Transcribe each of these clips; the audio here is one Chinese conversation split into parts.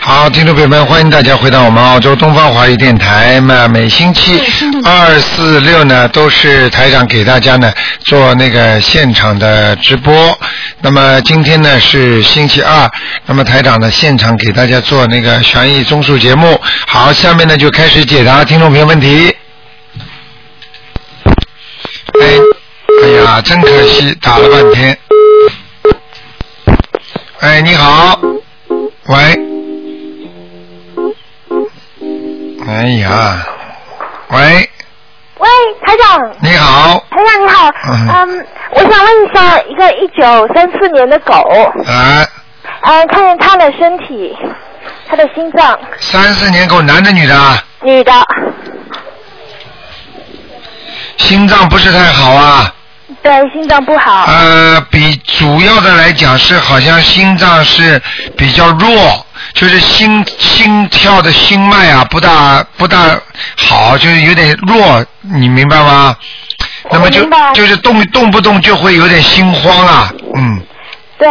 好，听众朋友们，欢迎大家回到我们澳洲东方华语电台。那每星期二、四、六呢，都是台长给大家呢做那个现场的直播。那么今天呢是星期二，那么台长呢现场给大家做那个悬疑综述节目。好，下面呢就开始解答听众朋友问题。哎，哎呀，真可惜，打了半天。哎，你好，喂。哎呀，喂，喂，台长，你好，台长你好，嗯嗯，我想问一下，一个一九三四年的狗，啊，嗯，看看它的身体，它的心脏，三四年狗，男的女的啊？女的，心脏不是太好啊，对，心脏不好，呃，比主要的来讲是好像心脏是比较弱，就是心心跳的心脉啊不大不大好，就是有点弱，你明白吗？那么我就明白就是动动不动就会有点心慌啊，嗯，对，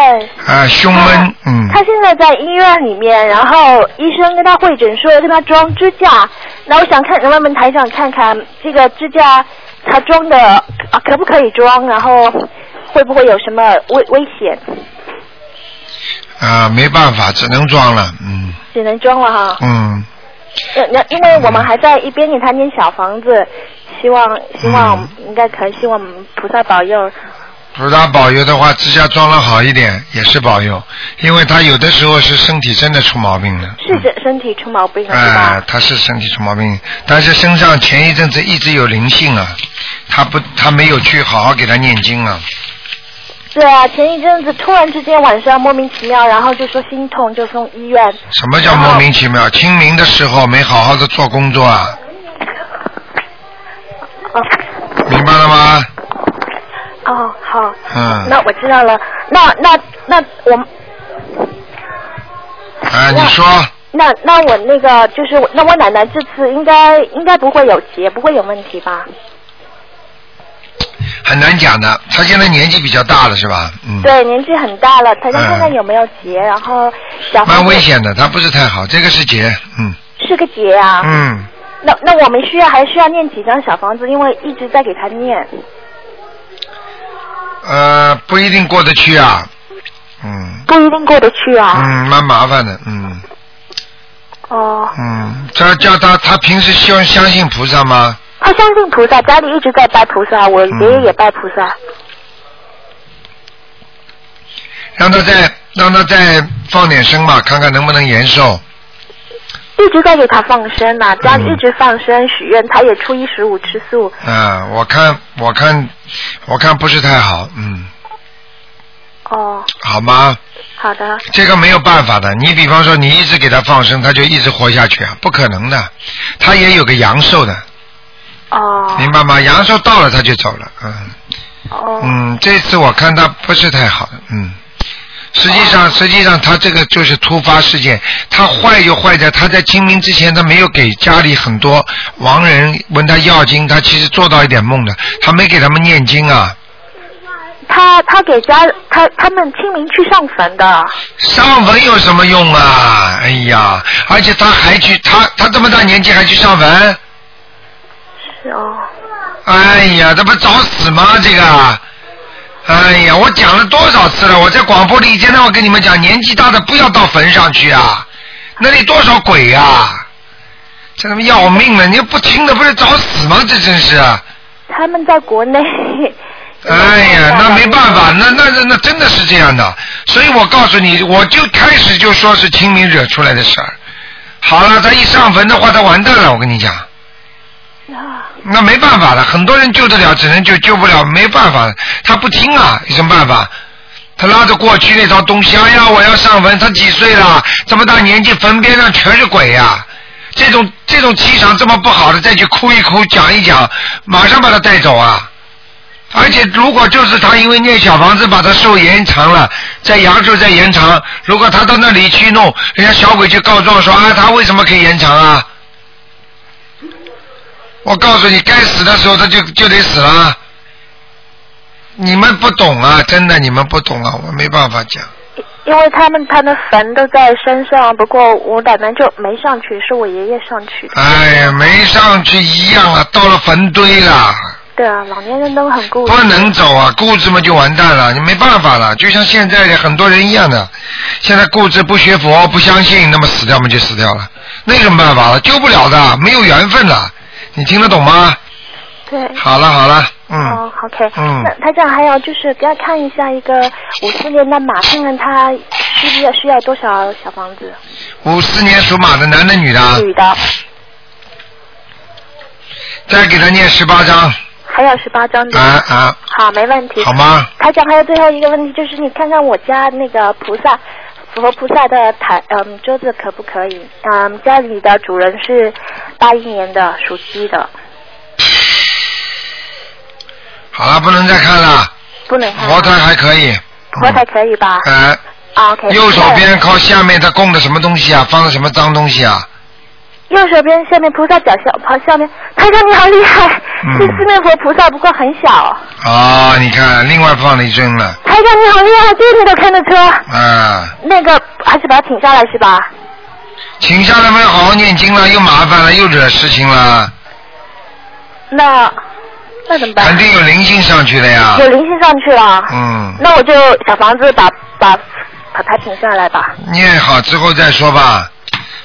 啊，胸闷，嗯，它现在在医院里面，然后医生跟他会诊说跟他装支架，那我想看能不能台长看看这个支架它装的啊可不可以装，然后会不会有什么危危险，啊，没办法，只能装了，嗯只能装了哈。嗯。呃那那因为我们还在一边给他念小房子，希望希嗯望应该可以，希望菩萨保佑。菩萨保佑的话，支架装了好一点也是保佑，因为他有的时候是身体真的出毛病了。是这身体出毛病了哎、是吧？他是身体出毛病，但是身上前一阵子一直有灵性啊，他不，他没有去好好给他念经啊，对啊，前一阵子突然之间晚上莫名其妙，然后就说心痛，就送医院。什么叫莫名其妙？清明的时候没好好的做工作啊，哦明白了吗？哦，好，嗯，那我知道了。那那那我们啊，你说那那我那个就是我那我奶奶这次应该应该不会有结，不会有问题嗯吧？很难讲的，他现在年纪比较大了是吧？嗯，对，年纪很大了，台上嗯现在有没有结？然后小蛮房子危险的，他不是太好，这个是劫，嗯是个结啊。嗯。那那我们需要还需要念几张小房子，因为一直在给他念。呃，不一定过得去啊。嗯不一定过得去啊。嗯，蛮麻烦的，嗯哦，嗯，叫叫他，他平时希望相信菩萨吗？他相信菩萨，家里一直在拜菩萨，我嗯爷爷也拜菩萨。让他再让他再放点生吧，看看能不能延寿。一直在给他放生呐、家里嗯一直放生许愿，他也初一十五吃素。啊，我看我看我看不是太好，嗯，哦，好吗？好的，这个没有办法的。你比方说，你一直给他放生，他就一直活下去啊，不可能的。他也有个阳寿的，哦，明白吗？阳寿到了他就走了，嗯。哦，嗯，这次我看他不是太好，嗯。实际上，实际上他这个就是突发事件，他坏就坏在他在清明之前他没有给家里很多亡人问他要经，他其实做到一点梦的，他没给他们念经啊。他他给家他他们清明去上坟的，上坟有什么用啊？哎呀，而且他还去，他他这么大年纪还去上坟，是哦，哎呀，这不找死吗？这个，哎呀，我讲了多少次了？我在广播里，现在我跟你们讲，年纪大的不要到坟上去啊，那里多少鬼啊！这他妈要命了！你不听的不是找死吗？这真是，他们在国内。哎呀，那没办法，那。那那那那真的是这样的。所以我告诉你，我就开始就说是清明惹出来的事儿。好了，他一上坟的话，他完蛋了。我跟你讲。那没办法了，很多人救得了，只能救救不了，没办法，他不听啊，有什么办法？他拉着过去那套东西，哎呀，我要上坟，他几岁了？这么大年纪，坟边上全是鬼呀、这种这种气场这么不好的，再去哭一哭，讲一讲，马上把他带走啊！而且如果就是他因为念小房子把他寿延长了，在阳寿再延长，如果他到那里去弄，人家小鬼就告状说啊，他为什么可以延长啊？我告诉你，该死的时候他就就得死了。你们不懂啊，真的你们不懂啊，我没办法讲。 因为他们他的坟都在山上，不过我奶奶就没上去，是我爷爷上去的。哎呀，没上去一样啊，到了坟堆了。对啊，老年人都很固执。不能走啊，固执嘛就完蛋了，你没办法了。就像现在的很多人一样的，现在固执不学佛不相信，那么死掉嘛就死掉了，那有什么办法了？救不了的，没有缘分了。你听得懂吗？对。好了好了，嗯。哦，OK。嗯那台长还有就是给他看一下一个五四年的马，看看他需不需要需要多少小房子？五四年属马的男的女的啊，女的，再给他念十八章，还有十八张的。啊啊，好，没问题。好吗？台长还有最后一个问题，就是你看看我家那个菩萨。佛菩萨的台，嗯，桌子可不可以？嗯，家里的主人是八一年的，属鸡的，好了，不能再看了，不能看。佛台还可以，佛台可以吧？哎、啊，OK。嗯右手边靠下面他供的什么东西啊？放的什么脏东西啊？右手边下面菩萨脚下旁下面，台长你好厉害，嗯是四面佛菩萨，不过很小。啊、你看，另外放了一尊了，台长你好厉害，这你都看得出。啊，那个还是把它请下来是吧？请下来没有好好念经了，又麻烦了，又惹事情了，那那怎么办？肯定有灵性上去了呀。有灵性上去了。嗯，那我就小房子把把把它请下来吧，念好之后再说吧，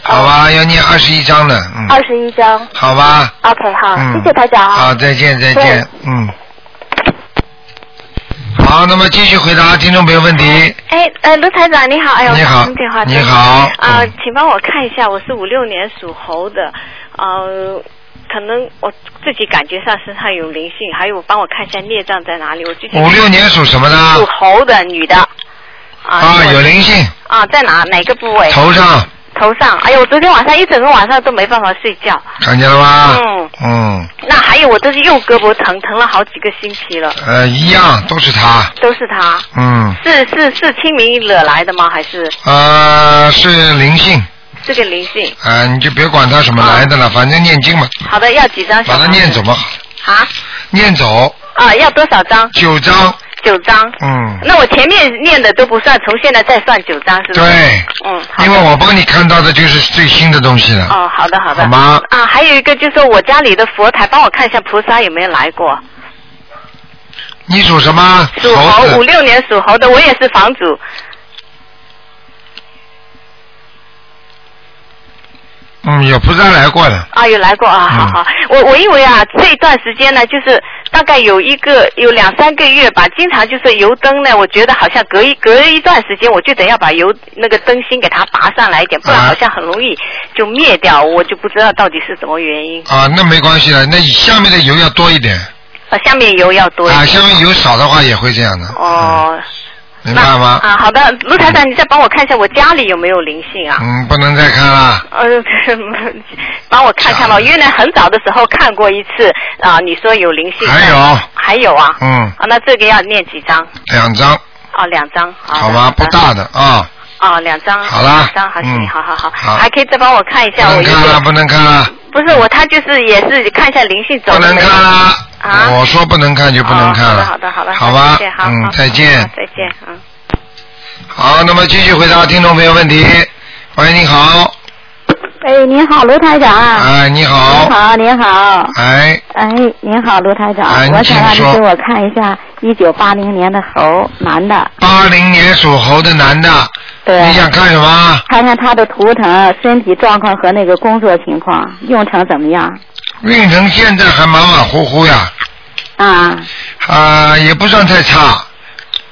好吧，要念二十一章的，嗯，二十一张。好吧。 OK，好，嗯，谢谢台长啊。好，再见，再见对，嗯。好，那么继续回答听众朋友问题。哎，呃，卢台长你好，哎呦，你好打通电话你真好啊、嗯请帮我看一下，我是五六年属猴的，呃，可能我自己感觉上身上有灵性，还有帮我看一下孽障在哪里，我最近五六年属什么属的？猴的女的，啊，啊，我有灵性，啊，在哪哪个部位？头上头上，哎呦，我昨天晚上一整个晚上都没办法睡觉，看见了吗？嗯嗯，那还有我这是右胳膊疼，疼了好几个星期了，呃，一样都是他。都是他，嗯，是是是清明惹来的吗？还是呃，是灵性，这个灵性？呃，你就别管他什么来的了，反正念经嘛，好的，要几啊张小把房它子？念走嘛，啊念走啊，要多少张？九章。九张。嗯，那我前面念的都不算，从现在再算九张，是不是？。对，嗯，好因的。为我帮你看到的就是最新的东西了。哦，好的，好的。好吗啊，还有一个就是我家里的佛台，帮我看一下菩萨有没有来过。你属什么？属猴猴，子五六年属猴的，我也是房主。嗯，有菩萨来过的。啊，有来过啊，嗯好好。我我因为啊，这段时间呢，就是大概有一个有两三个月吧，经常就是油灯呢，我觉得好像隔一隔一段时间，我就得要把油那个灯芯给它拔上来一点，不然啊好像很容易就灭掉，我就不知道到底是什么原因。啊，那没关系的，那下面的油要多一点啊，下面油要多一点。啊，下面油少的话也会这样的，嗯哦，啊明白吗？那啊，好的，卢台长，你再帮我看一下我家里有没有灵性啊？嗯，不能再看 了，呃，帮我看看吧，因为呢，很早的时候看过一次啊，你说有灵性。还有还有啊。嗯啊，那这个要念几张？两张，哦，两张。好的吧，不。的大的啊，哦，两张。好啦两张好嗯行，好好好。好还可以再帮我看一不下我能一看了，个。不能看了，不是我，他就是也是看一下灵性走不了能没有。看了。啊我说不能看就不能看了。哦好的，好的，好好的。吧谢谢好，嗯好，再见好。再见，嗯。好，那么继续回答听众朋友问题。喂，你好，哎，您好，卢台长。啊哎，你好您，好，您好。哎，哎，您好，卢台长。哎你我请想让说你给我看一下一九八零年的猴，男的，八零年属猴的男的，对，你想看什么？看看他的图腾、身体状况和那个工作情况，用成怎么样？运程现在还马马虎虎呀，啊，啊，也不算太差。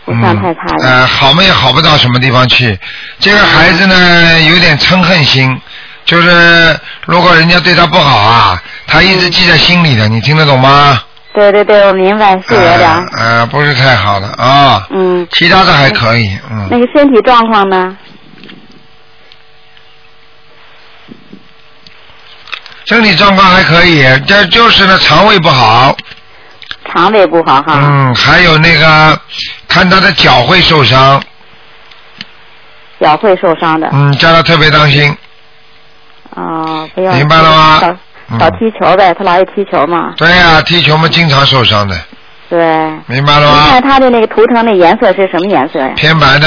不算太差嗯。了。呃，好嘛也好不到什么地方去。这个孩子呢，有点嗔恨心，就是如果人家对他不好啊，他一直记在心里的，你听得懂吗？对对对，我明白，嗯是有点儿。呃呃，不是太好的啊、嗯，其他的还可以，那嗯。个身体状况呢？身体状况还可以，这就是呢肠胃不好，肠胃不好哈。嗯，还有那个，看他的脚会受伤，脚会受伤的。嗯，叫他特别当心，哦，不要。嗯明白了吗嗯少少踢球呗，他老爱踢球嘛。对呀、踢球嘛经常受伤的，对。明白了你看吗？它的那个图腾的颜色是什么颜色呀？偏白的，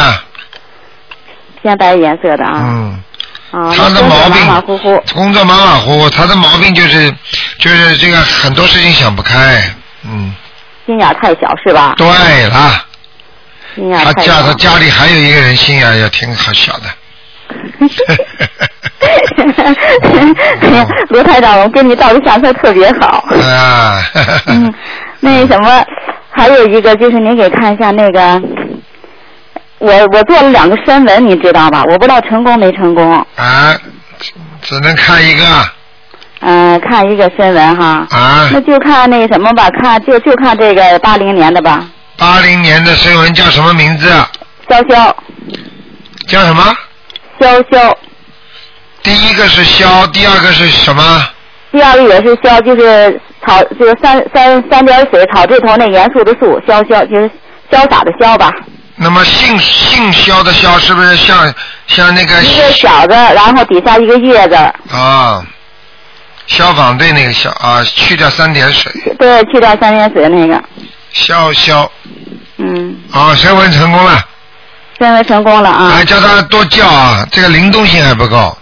鲜白颜色的啊。嗯，啊，他的毛病马马虎虎。工作马马虎虎，他的毛病就是就是这个很多事情想不开。嗯，心眼儿太小是吧？对了，啊心眼他儿太小家。他家里还有一个人心啊眼也挺好小的。 罗台长，我跟你道个相声特别好。啊， 嗯，那什么，还有一个就是您给看一下那个，我我做了两个深纹，你知道吧？我不知道成功没成功。啊，只只能看一个嗯、看一个深纹哈，啊那。就看那什么吧，看就就看这个八零年的吧，八零年的孙文叫什么名字？潇潇叫什么？潇潇，第一个是萧，第二个是什么？第二个也是潇，就是草，就是三三三点水草字头那严肃的肃，潇潇就是潇洒的潇吧，那么姓姓萧的萧是不是像像那个一个小字，然后底下一个月字，啊？消防队那个消啊，去掉三点水，对，去掉三点水那个，萧萧嗯。啊，升温成功了，认为成功了啊还，叫他多叫啊，这个灵动性还不够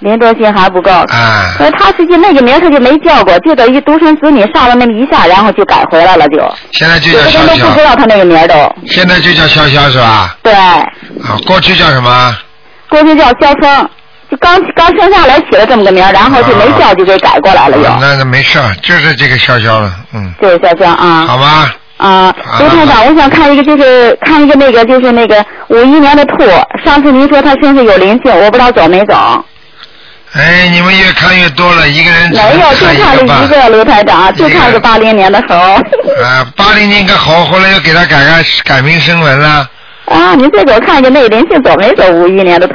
灵多性还不够。啊。呃，他实际那个名儿他就没叫过，就等于独生子女上了那么一下，然后就改回来了就，现在就有叫的人萧都不知萧，道他那个名儿都。现在就叫萧萧是吧？对，啊，过去叫什么？过去叫萧峰，就刚刚生下来起了这么个名儿，然后就没叫就给改过来了又。啊那那没事儿，就是这个萧萧了，嗯，对，小江啊好吧。啊，刘探长，我想看一个，就是看一个那个，就是那个五一年的兔。上次您说他身上有灵性，我不知道走没走。哎，你们越看越多了，一个人只能没有，就嗯看一了一吧。嗯个刘台长，就看了个八零年的 猴。啊，八零年个猴，后来又给他改改改名声纹了。啊，您再给我看一个那个林姓走没走五一年的兔？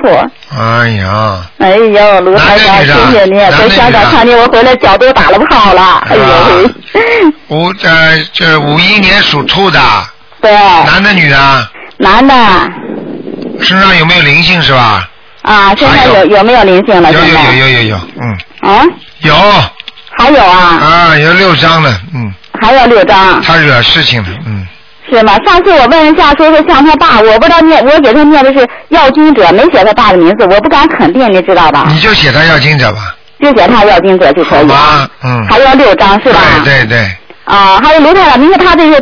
哎呀，哎呦，卢台长，谢谢您，啊在香港看见我回来脚都打了泡了，哎呦喂，五呃，这五一年属兔的，对，男的女的，男的身上有没有灵性是吧？啊，现在还有有有没有灵性了？有有现有在有有有，嗯，啊，有还有啊，啊，有六张了，嗯，还有六张，他惹事情了，嗯，是吗？上次我问人家说是像他爸，我不知道念，我给他念的是要经者，没写他爸的名字，我不敢肯定，你知道吧？你就写他要经者吧，就写他要经者就啊嗯可好以，吧，嗯，还要六张是吧？对对对，啊，还有卢太长，您看他这个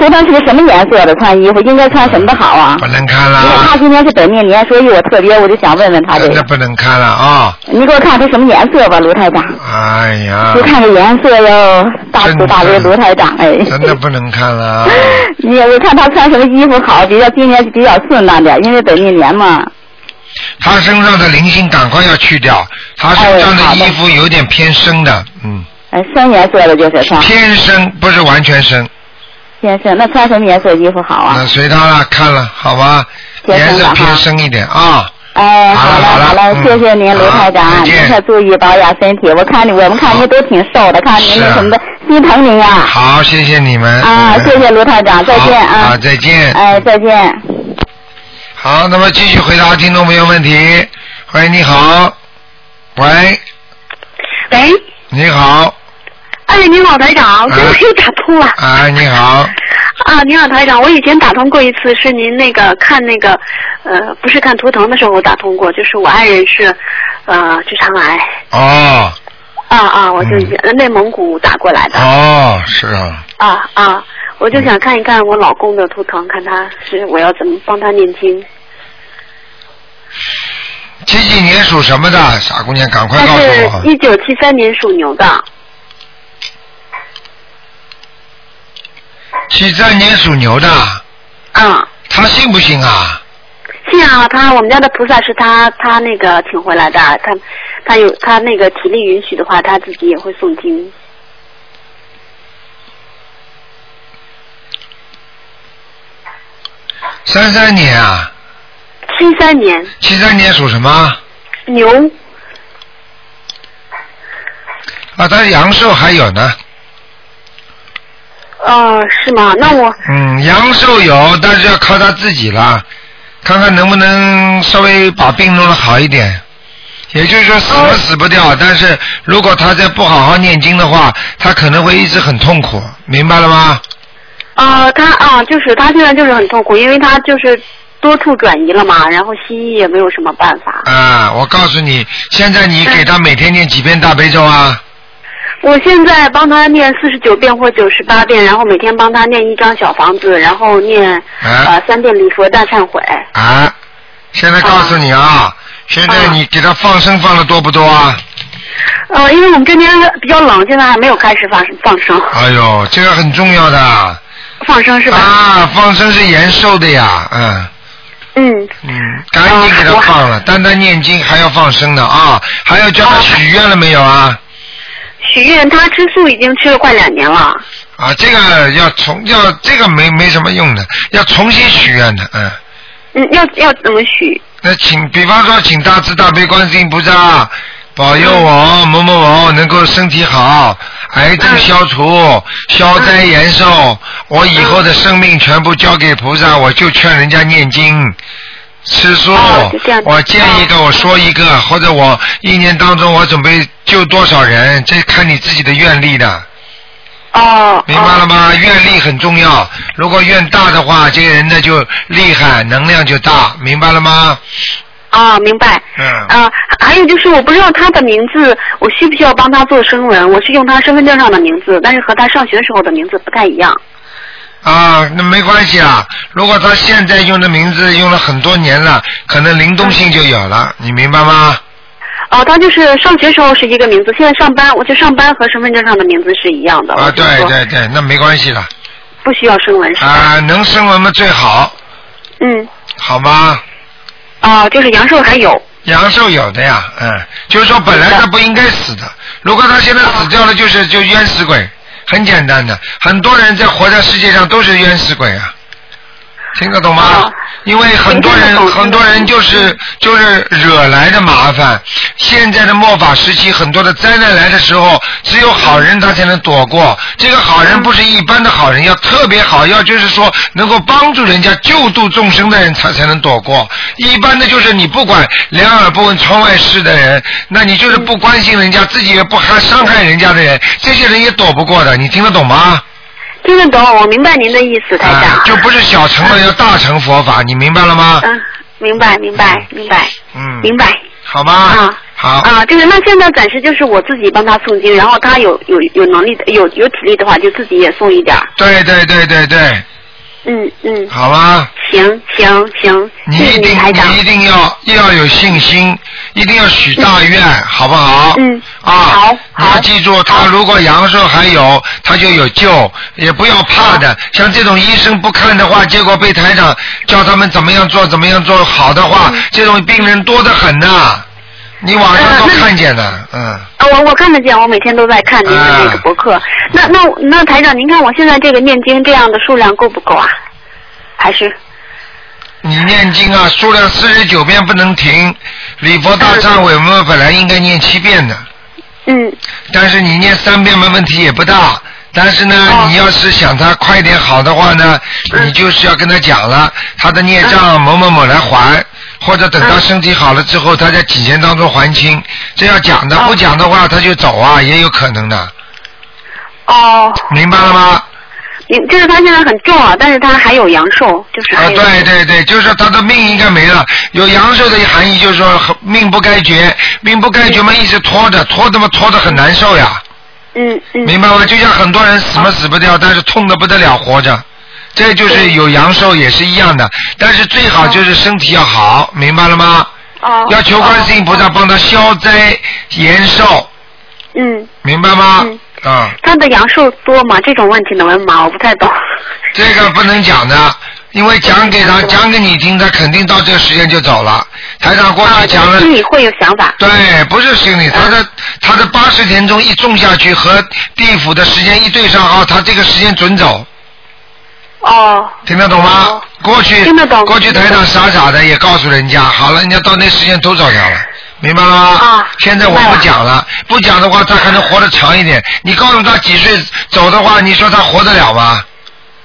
头上是个什么颜色的？穿衣服应该穿什么的好啊？不能看了因为啊，他今天是本命年，所以我特别我就想问问他这那个，不能看了啊，你给我看他什么颜色吧，卢太长。哎呀就，看这颜色哟，大真慈大悲的卢台长哎。真的不能看了啊。 你我看他穿什么衣服好，比较今年比较顺当点，因为本命年嘛。他身上的灵性赶快要去掉，他身上哎好的的衣服有点偏深的，嗯，哎，深颜色的就是穿，偏深不是完全深，先生，那穿什么颜色衣服好啊那？随他了，看了好吧，偏颜深的色哈偏深一点啊。哎，好好了了好好了了，谢谢您，嗯卢台好长，啊再您见可注意保养身体。我看你，我们看好您都挺瘦的，看您是那啊什么的，心疼您呀。好，谢谢你们。啊，嗯谢谢卢台长，再见好啊好，！再见。哎，再见。好，那么继续回答听众朋友问题。喂，你好。喂，喂，你好。哎，你好，台长，啊真的又打通了啊，你好。啊！你好，台长，我以前打通过一次，是您那个看那个呃，不是看图腾的时候我打通过，就是我爱人是呃直肠癌哦，啊啊，我就、嗯内蒙古打过来的哦，是啊。啊啊，我就想看一看我老公的图腾，看他是我要怎么帮他念经。几几年属什么的？傻姑娘，赶快他告诉是我。一九七三年属牛的七三年属牛的，啊。他信不信啊？信啊，他我们家的菩萨是他他那个请回来的，他他有他那个体力允许的话，他自己也会诵经。三三年啊，七三年七三年属什么？牛啊，他阳寿还有呢。呃，是吗？那我嗯，阳寿有，但是要靠他自己了，看看能不能稍微把病弄得好一点。也就是说，哦死都死不掉，但是如果他再不好好念经的话，他可能会一直很痛苦，明白了吗？呃，他啊，就是他现在就是很痛苦，因为他就是多处转移了嘛，然后西医也没有什么办法。啊，我告诉你，现在嗯你给他每天念几遍大悲咒啊？我现在帮他念四十九遍或九十八遍，然后每天帮他念一张小房子，然后念啊呃三遍礼佛大忏悔。啊，现在告诉你哦啊，现在你给他放生放的多不多啊？呃，因为我们这边比较冷，现在还没有开始放放生，哎呦，这个很重要的放生是吧？啊，放生是延寿的呀，嗯。嗯，嗯，赶紧给他啊我放了，单单念经还要放生的啊，还要叫他许愿了没有啊？许愿他吃素已经吃了快两年了。啊，这个要重要，这个没没什么用的，要重新许愿的，嗯。嗯，要要怎么许？那请，比方说，请大慈大悲观世音菩萨啊保佑我某某某能够身体好，癌症消除，消灾延寿，我以后的生命全部交给菩萨，我就劝人家念经。吃素哦就这样，子我见一个我说一个，或者我一年当中我准备救多少人，这看你自己的愿力的，哦，明白了吗？愿力很重要，如果愿大的话，这个人呢就厉害，能量就大，明白了吗？啊，明白。嗯。啊，还有就是，我不知道他的名字，我需不需要帮他做声纹？我是用他身份证上的名字，但是和他上学时候的名字不太一样。啊，那没关系啊。如果他现在用的名字用了很多年了，可能灵动性就有了，你明白吗？啊，他就是上学时候是一个名字，现在上班，我去上班和身份证上的名字是一样的。啊，我就对说对对，那没关系了。不需要声纹是吧？啊，能生文嘛最好，嗯，好吗？啊，就是阳寿还有。阳寿有的呀，嗯，就是说本来他不应该死的，如果他现在死掉了，就是就冤死鬼，很简单的。很多人在活在世界上都是冤死鬼啊，听得懂吗哦？因为很多听得人懂很多人就是就是惹来的麻烦。现在的末法时期，很多的灾难来的时候，只有好人他才能躲过。这个好人不是一般的好人，要特别好，要就是说能够帮助人家、救度众生的人，他才能躲过。一般的就是你不管两耳不闻窗外事的人，那你就是不关心人家，自己也不害伤害人家的人，这些人也躲不过的。你听得懂吗？听得懂，我明白您的意思，台啊、长。就不是小乘了，要大乘佛法，你明白了吗？嗯，明白，明白，明白，嗯，明白。好吗？啊好，啊，就是那现在暂时就是我自己帮他诵经，然后他有有有能力的有有体力的话，就自己也诵一点儿。对对对对对，嗯嗯，好吗？行行行，你谢谢一您定台长。你一定要要有信心，一定要许大愿，好不好？嗯啊，好你要好记住，他如果阳寿还有，他就有救，也不要怕的。像这种医生不看的话，结果被台长教他们怎么样做，怎么样做好的话，嗯这种病人多得很呐、你网上都呃那看见的，嗯。啊，我我看得见，我每天都在看您的那啊个博客。那那那台长，您看我现在这个念经这样的数量够不够啊？还是你念经啊，数量四十九遍不能停。礼佛大忏悔文本来应该念七遍的，嗯但是你念三遍嘛，问题也不大。但是呢，哦你要是想他快点好的话呢，嗯你就是要跟他讲了，他的孽障某某某来还，或者等他嗯身体好了之后，他在几年当中还清。这要讲的，哦不讲的话他就走啊，也有可能的，哦，明白了吗？您就是他现在很重啊，但是他还有阳寿，就是啊还，有对对对，就是说他的命应该没了。有阳寿的含义就是说命不该绝，命不该绝嘛，一直拖着，拖着嘛拖着很难受呀，嗯嗯明白吗？就像很多人死嘛死不掉，但是痛的不得了，活着。这就是有阳寿也是一样的，但是最嗯好就是身体要好，明白了吗？哦要求观世音菩萨帮他消灾延寿，嗯，明白吗嗯？啊，他的阳寿多吗？这种问题能问吗？我不太懂。这个不能讲的，因为讲给嗯他讲给你听，他肯定到这个时间就走了。台长过啊去讲了，心里会有想法。对，不是心理，嗯他的他的八十天中一种下去和地府的时间一对上啊号，他这个时间准走，哦听得懂吗？过去听得懂过去台长傻傻的也告诉人家，好了，人家到那时间都走掉了。明白了吗？啊现在我明白不了讲了，不讲的话，他还能活得长一点。你告诉他几岁走的话，你说他活得了吗？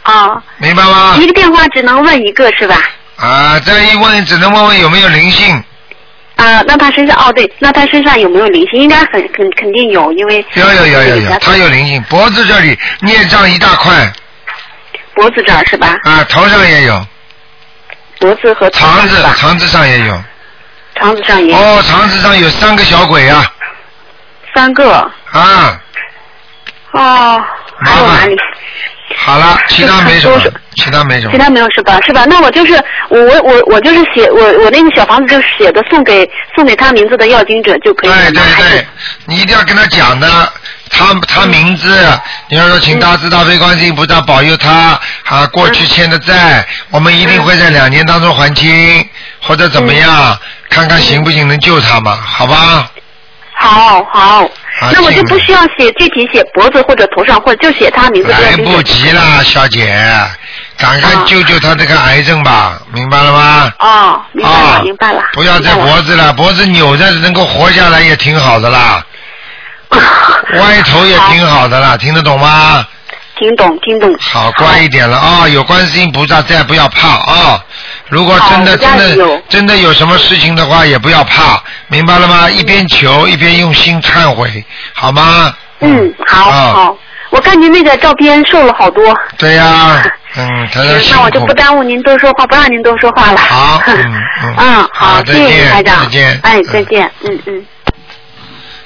哦，明白吗？一个电话只能问一个是吧？啊，再一问，只能问问有没有灵性，啊，那他身上哦对，那他身上有没有灵性？应该很肯肯定有，因为有有有有这有个，他有灵性，脖子这里孽障一大块，脖子这儿是吧？啊，头上也有，脖子和头肠子是吧嗯肠子上也有。肠子上也有哦，肠子上有三个小鬼啊三个。啊！哦，还有麻烦哪里？好了，其他没什么，其他没什么。其他没有是吧？是吧？那我就是我我我我就是写我我那个小房子就是写的送给送给他名字的要经者就可以了对吗哎对还是对，你一定要跟他讲的，他他名字，你要说请大慈大悲观世音菩萨保佑他啊，过去欠的债，我们一定会在两年当中还清，或者怎么嗯样，看看行不行能救他嘛，好吧？好好啊，那我这就个不需要写具体写脖子或者头上，或者就写他名字的要来经不者。及啦，小姐，赶快啊救救他这个癌症吧，明白了吗？哦，明白了，啊，明白了。不要再明白了脖子了，脖子扭着能够活下来也挺好的 啦，歪头也挺好的啦，听得懂吗？听懂，听懂。好，乖一点了啊、有观世音菩萨在，不要怕啊、如果真的真好我家里的有真的有什么事情的话，也不要怕，明白了吗？一边求一边用心忏悔，好吗？嗯，好啊好。我看您那个照片瘦了好多，对呀、 嗯，台长行辛那苦。我就不耽误您多说话，不让您多说话了。好 嗯嗯好好，再谢谢见您台长。再见哎，嗯再见，嗯嗯。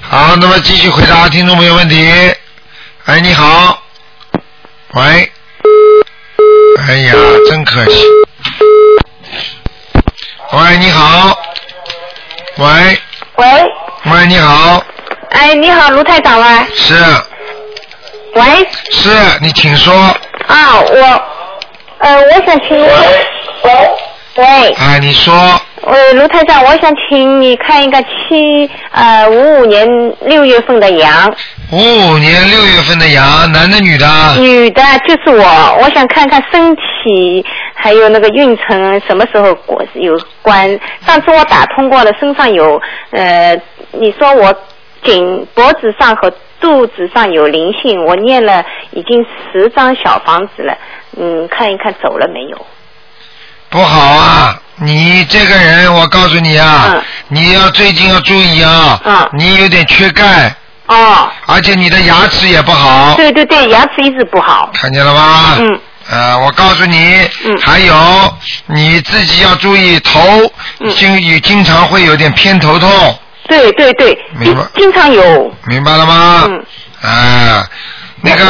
好，那么继续回答听众朋友问题。哎，你好，喂，哎呀，真可惜。喂，你好，喂，喂，喂，你好，哎，你好，卢台长啊喂，是喂，是，你请说。啊，我，呃，我想请你，喂，喂，哎，你说，喂，卢台长，我想请你看一个七呃五五年六月份的羊，五五年六月份的羊，男的女的？女的，就是我，我想看看身体还有那个运程什么时候过有关。上次我打通过了，身上有呃，你说我颈脖子上和肚子上有灵性，我念了已经十张小房子了，嗯，看一看走了没有？不好啊。你这个人，我告诉你啊，嗯你要最近要注意啊，嗯你有点缺钙，哦，而且你的牙齿也不好，对对对，牙齿一直不好。看见了吗？嗯。呃，我告诉你，嗯还有你自己要注意头，嗯经也经常会有点偏头痛，对对对，明经白经常有。明白了吗？嗯。啊、那个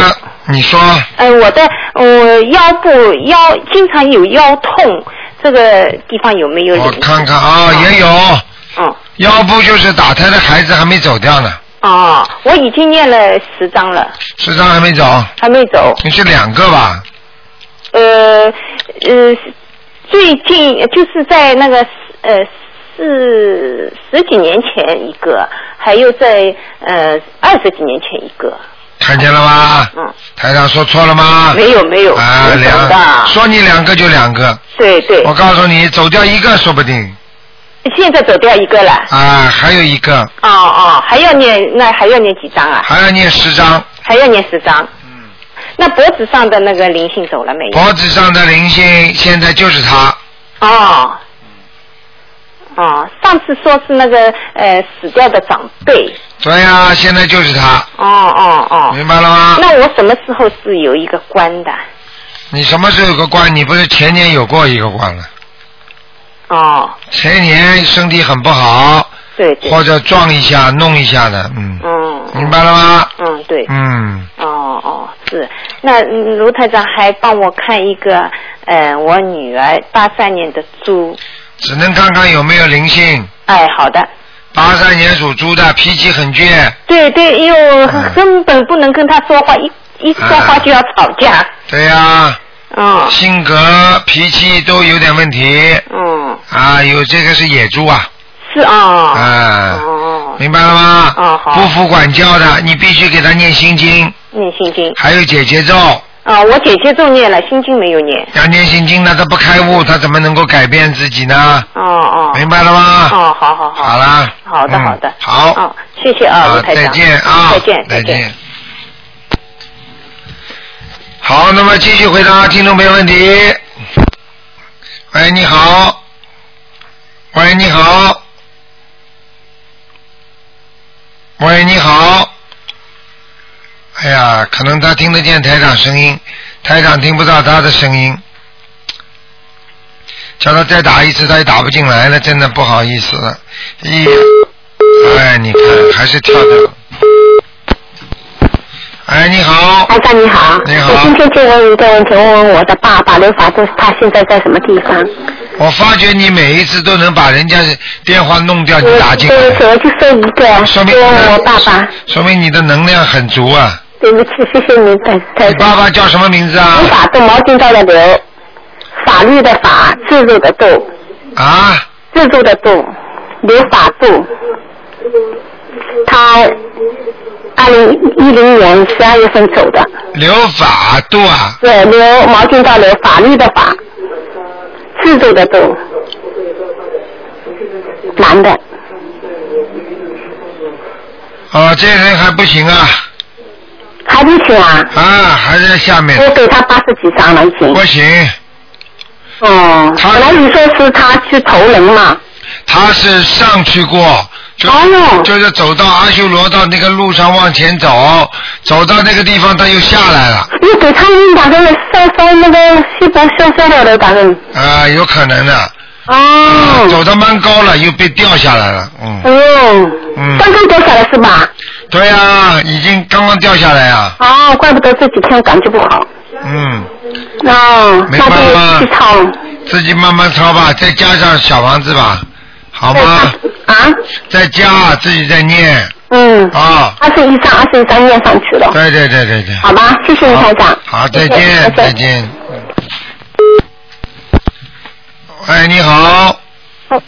你说呃，我的我腰部腰经常有腰痛，这个地方有没有灵我看看啊、也有嗯，腰部就是打胎的孩子还没走掉呢，哦，我已经念了十张了，十张还没走，还没走。你是两个吧？呃呃，最近呃就是在那个呃四十几年前一个，还有在呃二十几年前一个。看见了吗？嗯，台长说错了吗？没有没有，啊，没有的。两，说哦你两个就两个，对对，我告诉你，走掉一个说不定现在走掉一个了。啊，还有一个哦哦，还要念那还要念几张啊？还要念十张。还要念十张。嗯。那脖子上的那个灵性走了没有？脖子上的灵性现在就是他，哦。哦，上次说是那个呃死掉的长辈。对呀、现在就是他，哦哦哦。明白了吗？那我什么时候是有一个关的？你什么时候有个关？你不是前年有过一个关了？哦，前年身体很不好，对对。或者撞一下、弄一下的，嗯，嗯明白了吗？嗯，对。嗯，哦哦，是。那嗯卢台长还帮我看一个，呃，我女儿八三年的猪。只能看看有没有灵性。哎，好的。八三年属猪的，脾气很倔，对对，因为我嗯根本不能跟他说话，啊一一说话就要吵架。对呀、嗯性格、脾气都有点问题嗯，啊。有这个是野猪啊，是啊。啊哦，明白了吗？哦好不服管教的，你必须给他念心经。念心经还有解结咒，啊，我姐姐都念了，心经没有念。要念心经呢，他不开悟，他怎么能够改变自己呢？哦哦。明白了吗？哦，好好好。好啦，好的嗯好的。好，哦，谢谢啊，好卢台长。再见啊，再见再再见。见。好，那么继续回答听众朋友问题。喂，你好。喂，你好。喂，你好。哎呀，可能他听得见台长声音，台长听不到他的声音。叫他再打一次，他也打不进来了，真的不好意思了。一，哎，你看还是跳掉了。哎，你好，台长你好，你好我哎今天就问一个问题，问问我的爸爸刘法柱，他现在在什么地方？我发觉你每一次都能把人家电话弄掉，你我打进对不来起，，我就说一个，说明就你问的我爸爸，说明你的能量很足啊。对不起，谢谢你，台台你长爸。爸叫什么名字啊刘？法度毛巾罩的刘，法律的法，制度的度，啊，制度的度，刘法度。他二零一零年十二月份走的，刘法度啊，对，刘毛巾罩刘，法律的法，制度的度，男的。哦，这人还不行啊，还不行啊？啊，还在下面，我给他八十几张了已经。不行，哦，他本来你说是他去投人嘛？他是上去过，就、哦就是走到阿修罗道那个路上往前走，走到那个地方他又下来了，你给他们打个烧烧那个西伯烧烧了的打个。啊，有可能的，哦。走到蛮高了又被掉下来了，嗯，嗯。嗯刚刚掉下来是吧？对啊，已经刚刚掉下来啊，哦，怪不得这几天感觉不好。嗯，哦，嗯没那办法就去抄。自己慢慢抄吧，再加上小房子吧，好对吗？他啊？再加自己再念嗯。啊，二十一张，二十一张念上去了。对对对对对。好吧，谢谢你台长。好，再谢谢见，再。见。哎，你好，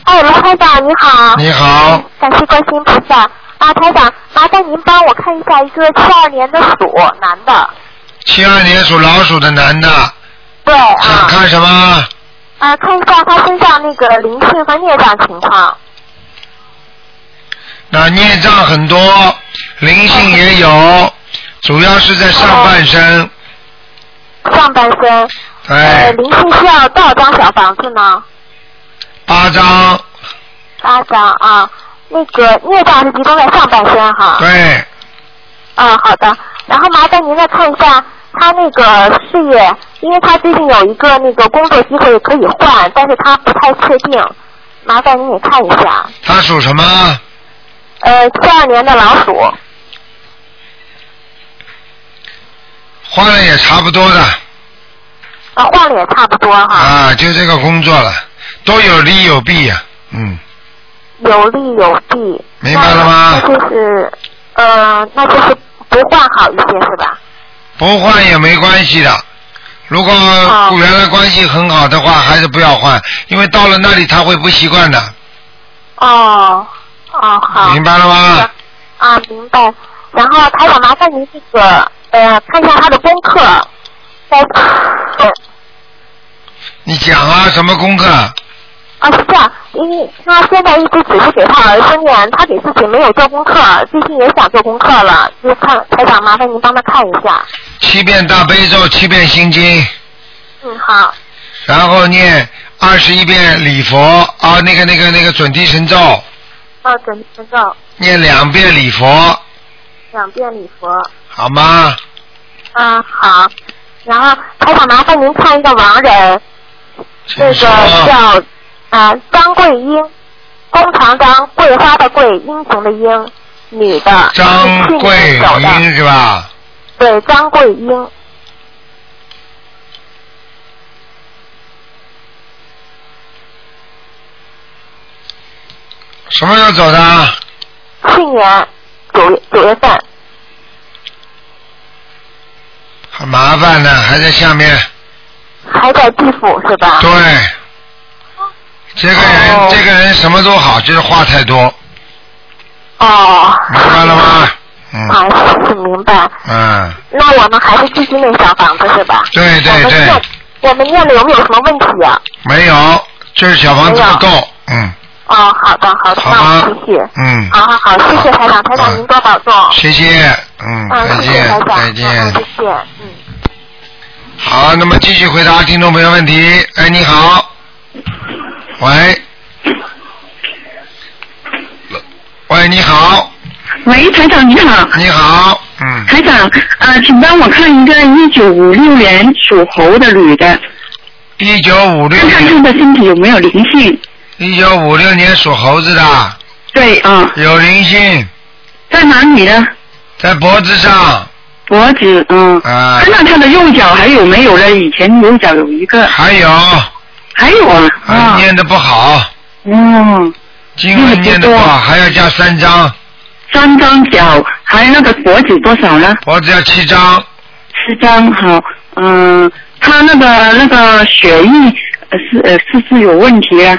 哎，罗台长你好，你好，感谢观世音菩萨。啊，台长，麻烦您帮我看一下一个七二年的鼠男的。七二年属老鼠的男的，对想啊，看什么？啊，看一下他身上那个灵性和孽障情况。那孽障很多，灵性也有，主要是在上半身。哎上半身，呃，对，灵性需要多少张小房子呢？八张，八张啊。那个孽障是集中在上半身哈。对，嗯，好的。然后麻烦您再看一下他那个事业，因为他最近有一个那个工作机会可以换，但是他不太确定，麻烦您也看一下。他属什么？呃，七二年的老鼠，换了也差不多的啊，换了也差不多哈，啊，就这个工作了，都有利有弊呀、嗯，有利有弊。明白了吗那就是，呃，那就是不换好一些是吧？不换也没关系的。如果哦原来关系很好的话，还是不要换，因为到了那里他会不习惯的，哦，哦，好。明白了吗？啊，明白。然后台长，麻烦您这个呃，看一下他的功课，在呃你讲啊，什么功课？啊是这样，因为他现在一直只是给他儿子念，他给自己没有做功课，最近也想做功课了，就看台长，麻烦您帮他看一下。七遍大悲咒，七遍心经，嗯，好，然后念二十一遍礼佛啊，那个那个那个准提神咒，哦，准准咒，念两遍礼佛，两遍礼佛。好吗？嗯，好。然后台长，麻烦您看一个亡人，请那个嗯说。叫啊、张桂英，工长张，桂花的桂，英雄的英，女的，张是去桂年走的，英是吧？对，张桂英，什么时候走的？去年九月九月份，很麻烦的，还在下面。还在地府是吧？对，这个人、哦这个人什么都好，就是话太多，哦，明白了吗？嗯啊，明白。嗯，那我们还是继续念小房子是吧？对我对们念对，，我们念了有没有什么问题啊？没有，就是小房子不够，嗯，哦，好的，好的，好那吗我们继续。？嗯，好好好，谢谢台长，台长您多保重。谢谢，嗯，嗯，再谢谢台见，长，再嗯见嗯。谢谢，嗯。好，那么继续回答听众朋友问题。哎，你好，喂，喂，你好，喂，台长你好，你好，嗯，台长，呃，请帮我看一个一九五六年属猴的女的，一九五六看看年，他的身体有没有灵性？一九五六年属猴子的，对啊，有灵性，在哪里呢？在脖子上脖子，嗯。啊看，看他的右脚还有没有了？以前右脚有一个，还有还有啊。啊啊。念的不好，嗯，经文念的不念得不好，多还要加三张，三张脚，还有那个脖子多少呢？脖子要七张，十张，好。嗯，他那个那个血液呃是呃是不是有问题啊？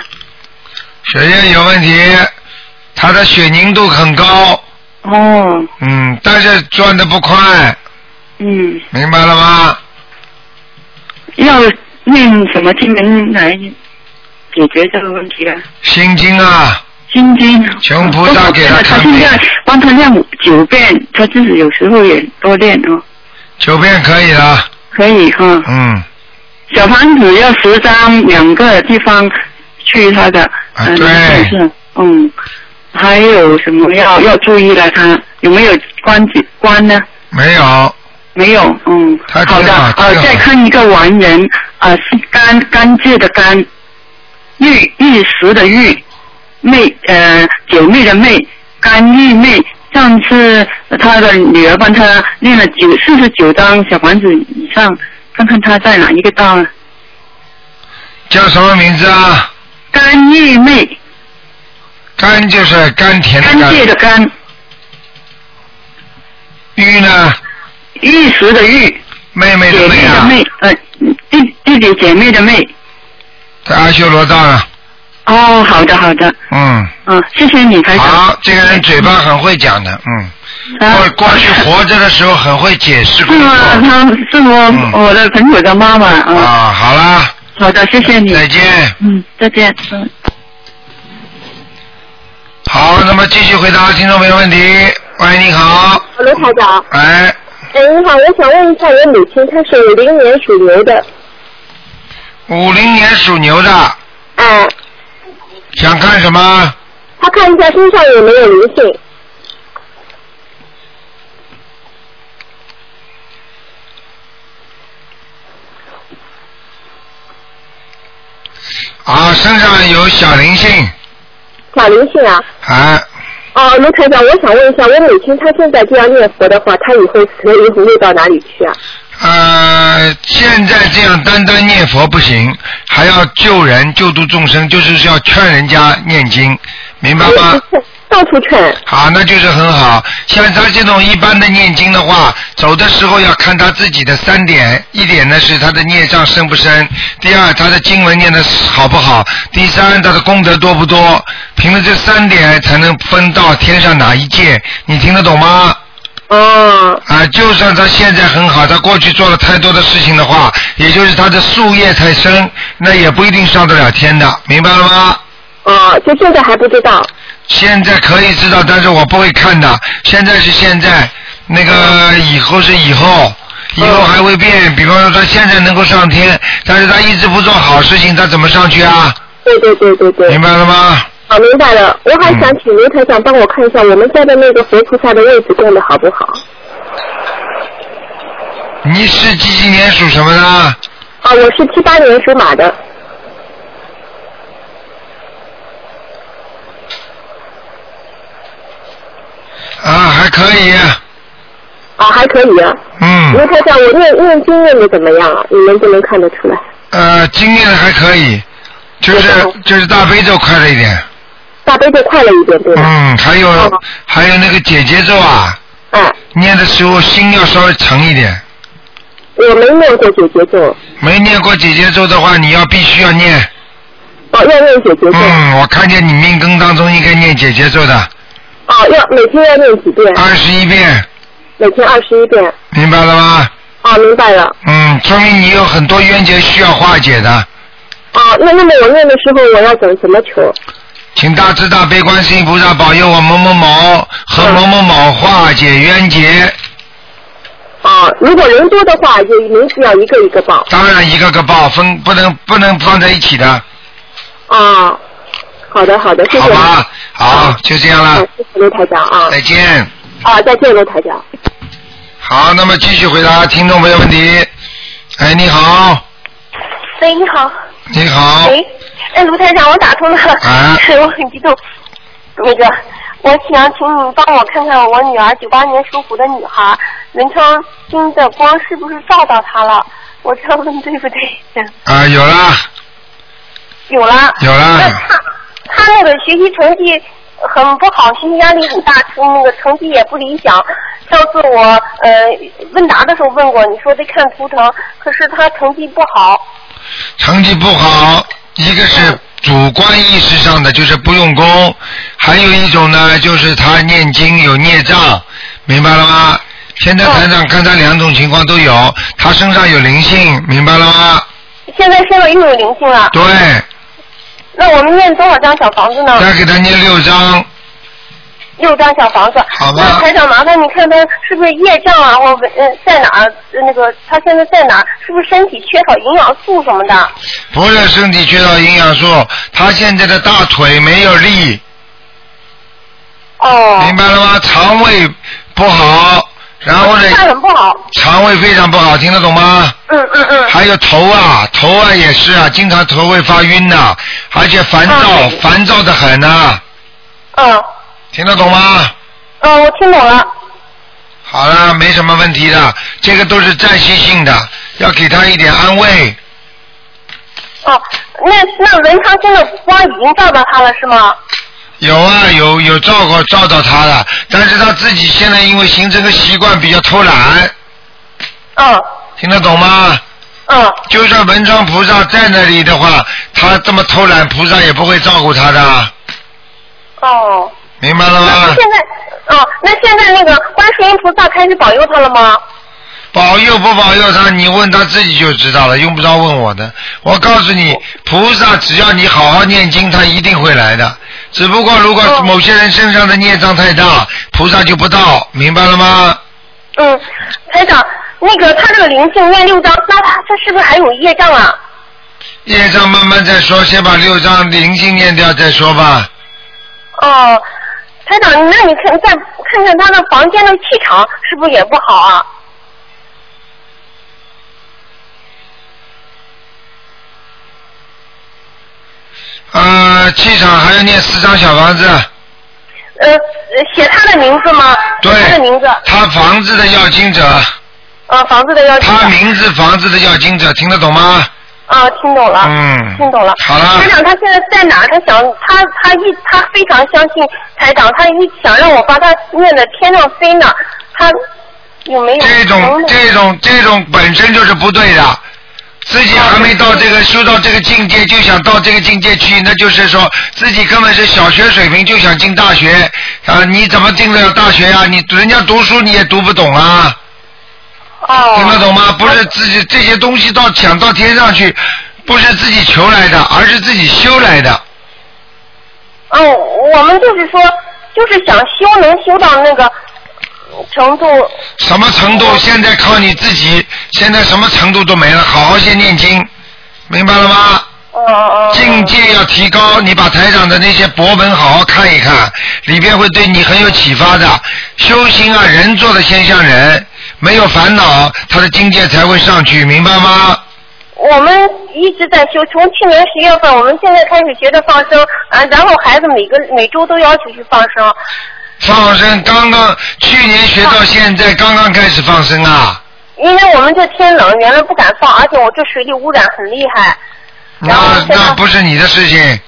血液有问题，他的血凝度很高，哦，嗯，但是转的不快，嗯，明白了吗？要念什么经文来解决这个问题嗯啊？心经啊，心经，哦请菩萨给他他看现病在帮他念九遍，他自己有时候也多念哦，九遍可以了，可以哈、嗯，小房子要十张，两个地方去他的，啊呃对是，嗯，还有什么要要注意了？他有没有关节关呢？没有，没有，嗯，他好挺的，好呃挺，好再看一个完人，呃，是甘甘蔗的甘，玉玉石的玉，妹呃九妹的妹，甘玉妹。上次他的女儿帮他念了九四十九张小房子以上，看看他在哪一个道啊？叫什么名字啊？甘玉妹，甘就是甘甜甘的甘，蔗的甘，玉呢，玉石的玉，妹妹姐的妹妹的啊，妹，呃，弟弟弟姐妹的妹。在阿修罗道了，哦，好的好的，嗯，嗯，谢谢你，台长。好，这个人嘴巴很会讲的，嗯，啊过过去活着的时候很会解释是工吗？作嗯他是我、嗯我的朋友的妈妈啊，啊。哎好啦，好的，谢谢你。再见。嗯，再见。嗯。好，那么继续回答听众朋友问题。喂，你好，罗台长，哎，哎，你好，我想问一下我母亲，她是五零年属牛的，五零年属牛的，哎，想看什么？她看一下身上有没有灵性，啊，身上有小灵性，小灵性啊。啊，哦，卢台长，我想问一下，我母亲她现在这样念佛的话，她以后可以会到哪里去啊？呃，现在这样单单念佛不行，还要救人、救度众生，就是要劝人家念经，明白吗？到处劝。好，那就是很好。像他这种一般的念经的话，走的时候要看他自己的三点，一点呢是他的孽障深不深，第二他的经文念的好不好，第三他的功德多不多。凭着这三点才能分到天上哪一界，你听得懂吗？哦，啊，就算他现在很好，他过去做了太多的事情的话，也就是他的树叶太深，那也不一定上得了天的，明白了吗？哦，就现在还不知道。现在可以知道，但是我不会看的。现在是现在，那个以后是以后，以后还会变。比方说，他现在能够上天，但是他一直不做好事情，他怎么上去啊？对对对对对明。白了吗？嗯好，明白了。我还想请卢台长帮我看一下我们家的那个佛菩萨的位置供的好不好？你是几几年属什么的？啊，我是七八年属马的。啊，还可以，啊，还可以啊。卢嗯，台长，我念念经念的怎么样啊？你们就能看得出来。呃，经验还可以，就是就是大悲咒快了一点，大悲咒快了一点，对吧？嗯，还有还有那个姐姐咒啊，哎，念的时候心要稍微沉一点。嗯我没念过姐姐咒，没念过姐姐咒的话，你要必须要念。哦，要念姐姐咒，嗯，我看见你命根当中应该念姐姐咒的，哦，要每天要念几遍？二十一遍，每天二十一遍。明白了吗？哦，明白了。嗯，说明你有很多冤结需要化解的，哦，那那么我念的时候我要怎怎么求？请大慈大悲观世音菩萨保佑我某某某和某某某化解冤结。哦，如果人多的话，就名字要一个一个报。当然一个个报分，不能不能放在一起的，哦，好的好的，谢谢好你。吧？好，就这样了嗯，，谢谢卢台长啊。再见。啊，再见，卢台长。好，那么继续回答听众朋友问题。哎，你好，喂，你好。你好，喂，哎，卢台长，我打通了，啊 我很激动。那个，我想请你帮我看看我女儿九八年属虎的女孩，文昌星的光是不是照到她了？我这样问对不对？啊，有了，有了。有了那她她那个学习成绩很不好，学习压力很大，成那个成绩也不理想。上次我呃问答的时候问过，你说得看图腾，可是她成绩不好。成绩不好，一个嗯是主观意识上的，就是不用功；还有一种呢，就是他念经有孽障，明白了吗？现在台嗯长看他两种情况都有，他身上有灵性，明白了吗？现在身上又有灵性了。对，那我们念多少张小房子呢？再给他念六张，六张小房子。好吧那台长，麻烦你看他是不是业障啊，或者呃在哪儿？呃那个他现在在哪儿？是不是身体缺少营养素什么的？不是身体缺少营养素，他现在的大腿没有力。哦。明白了吗？肠胃不好，然后呢？很不好。肠胃非常不好，听得懂吗？嗯嗯嗯。还有头啊，头啊也是啊，经常头会发晕呐、而且烦躁，烦躁的很呐、嗯。听得懂吗？嗯，我听懂了。好了，没什么问题的，这个都是暂时性的，要给他一点安慰。哦，那那文昌星的光已经照到他了是吗？有啊，有有照过照到他了，但是他自己现在因为形成个习惯，比较偷懒。嗯。听得懂吗？嗯。就算文昌菩萨在那里的话，他这么偷懒，菩萨也不会照顾他的，哦。明白了吗那？现在，哦，那现在那个观世音菩萨开始保佑他了吗？保佑不保佑他，你问他自己就知道了，用不着问我的。我告诉哦你，菩萨只要你好好念经，他一定会来的。只不过如果哦某些人身上的孽障太大，菩萨就不到，明白了吗？嗯，台长，那个他这个灵性念六张，那他他是不是还有业障啊？业障慢慢再说，先把六张灵性念掉再说吧。哦，台长，那你看再看看他的房间的气场是不是也不好啊？呃，气场还要念四张小房子。呃，写他的名字吗？对，他的名字，他房子的要经者，呃，房子的要求。他名字房子的要经者，听得懂吗？啊，听懂了，嗯听懂了。好了台长，他现在在哪儿？他想，他他一他非常相信台长，他一想让我把他念的天上飞呢，他有没有？这种这种这种本身就是不对的，自己还没到这个修到这个境界，就想到这个境界去，那就是说自己根本是小学水平就想进大学啊！你怎么进得了大学呀、你人家读书你也读不懂啊！哦，听得懂吗？不是自己这些东西到想到天上去，不是自己求来的，而是自己修来的。嗯，我们就是说，就是想修能修到那个程度。什么程度？现在靠你自己，现在什么程度都没了，好好先念经，明白了吗？哦境界要提高，你把台长的那些博文好好看一看，里边会对你很有启发的。修行啊，人做的先像人，没有烦恼，他的境界才会上去，明白吗？我们一直在修，从去年十月份，我们现在开始学着放生，啊，然后孩子每个每周都要求去放生。放生刚刚去年学到现在，刚刚开始放生啊，因为我们这天冷，原来不敢放，而且我这水里污染很厉害。那那不是你的事情，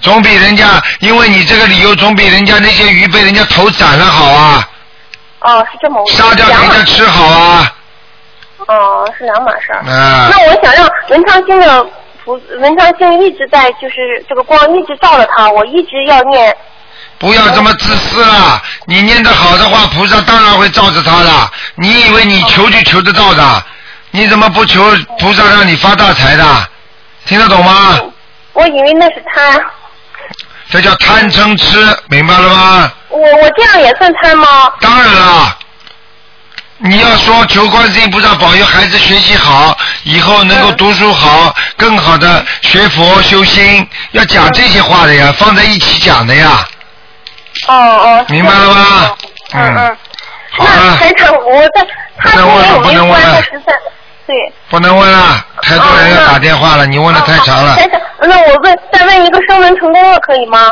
总比人家因为你这个理由，总比人家那些鱼被人家头斩了好啊。哦，是这么回事。杀掉给人家吃好啊！哦，是两码事儿。啊那我想让文昌星的菩文昌星一直在，就是这个光一直照着他，我一直要念。不要这么自私啦！你念得好的话，菩萨当然会罩着他啦。你以为你求就求得到的？你怎么不求菩萨让你发大财的？听得懂吗？我以为那是贪，这叫贪嗔痴，明白了吗？我我这样也算贪吗？当然啦，你要说求观世音菩萨保佑孩子学习好，以后能够读书好，更好的学佛修心，要讲这些话的呀，放在一起讲的呀，哦哦。明白了吗？嗯。那台长，我在他不能跟问我了有没啊不能有问关了嗯他十三？岁。不能问了，太多哦人要打电话了，你问的太长了，先生，那我问再问一个声纹成功了可以吗？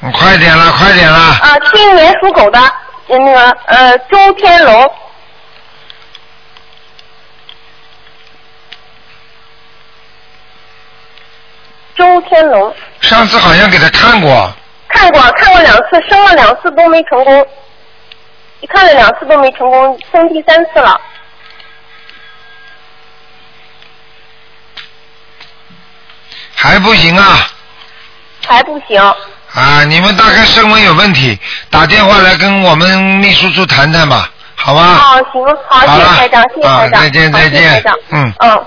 你嗯快点了，快点了，啊，七一年属狗的，呃那个呃周天龙，周天龙上次好像给他看过，看过看过两次，生了两次都没成功，一看了两次都没成功，生第三次了。还不行啊还不行，啊！你们大概声纹有问题，打电话来跟我们秘书处谈谈吧，好吧？啊，行，好，好谢了谢台长，谢谢台啊长，再见好再谢谢台见长，嗯嗯，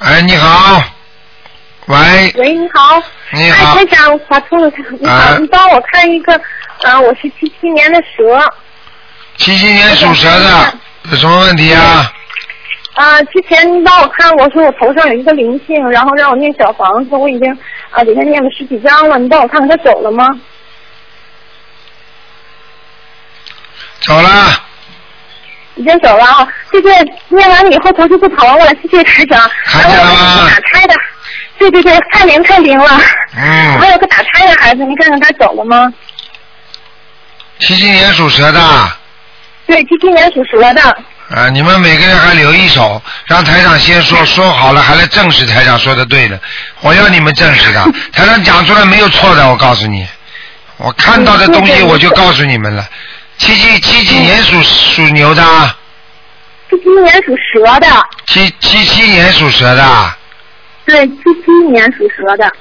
哎，你好，喂，喂，你好。你哎，好台长，打通了，你好，啊你帮我看一个，呃，我是七七年的蛇，七七年属蛇的，嗯有什么问题啊？啊、之前你帮我看，我说我头上有一个灵性，然后让我念小房子，我已经啊、给他念了十几张了，你帮我看看他走了吗？走了，嗯已经走了啊，这个念完了以后，同事就跑完过来，谢谢台长，还有个打胎的，对对对，太灵太灵了，啊嗯，还有个打胎的孩子，你看看他走了吗？七七年属蛇的，啊，对，七七年属蛇的，你们每个人还留一手，让台长先 说，说好了还来证实台长说的对的，我要你们证实 的，台长讲出来没有错的，我告诉你，我看到的东嗯西我就告诉你们了。七七七几年属属牛的啊？七七年属蛇的，七七七年属蛇的啊，对，七七年属蛇的。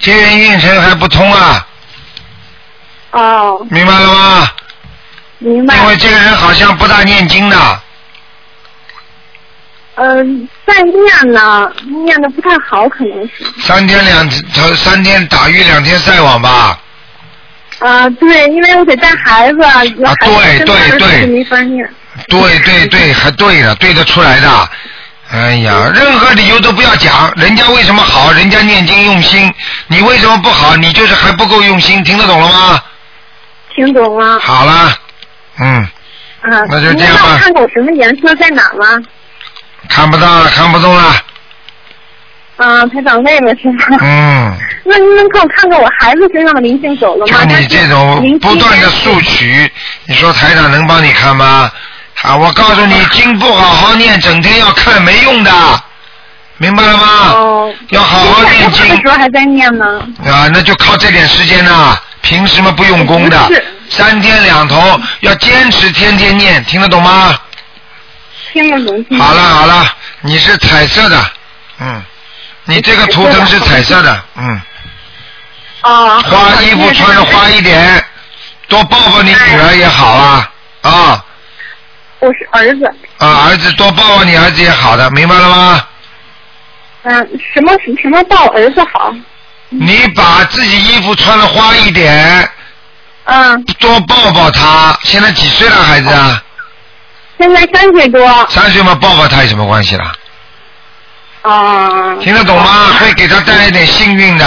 结缘运程还不通啊，哦，明白了吗？明白。因为这个人好像不大念经的，呃嗯、在念呢，念的不太好，可能是。三天两头三天打鱼两天晒网吧。啊、对，因为我得带孩子，有孩子啊对真的对是没法念。对对对，还对的，对得出来的。哎呀，任何理由都不要讲，人家为什么好，人家念经用心，你为什么不好？你就是还不够用心，听得懂了吗？听懂了。好了，嗯，啊、那就这样吧您帮我看看我什么颜色在哪吗？看不到了，看不懂了，啊、他长累了是吧？嗯。 那您能给我看看我孩子身上的灵性走了吗？像你这种不断的数索取，你说台长能帮你看吗？啊，我告诉你，经不好好念，整天要看没用的，明白了吗？哦，要好好念啊经的时候还在念呢。啊，那就靠这点时间呐、凭什么不用功的不是？三天两头要坚持，天天念，听得懂吗？听得懂，听得懂好了好了，你是彩色的，嗯，你这个图腾是彩色的，嗯，哦，花衣服穿的花一点，多抱抱你女儿也好啊，啊。我是儿子，啊，儿子多抱抱你儿子也好的，明白了吗？嗯、什么什么抱儿子好？你把自己衣服穿的花一点，嗯，多抱抱他。现在几岁了，孩子啊？现在三岁多。三岁嘛，抱抱他有什么关系啦？啊、听得懂吗？会给他带来一点幸运的。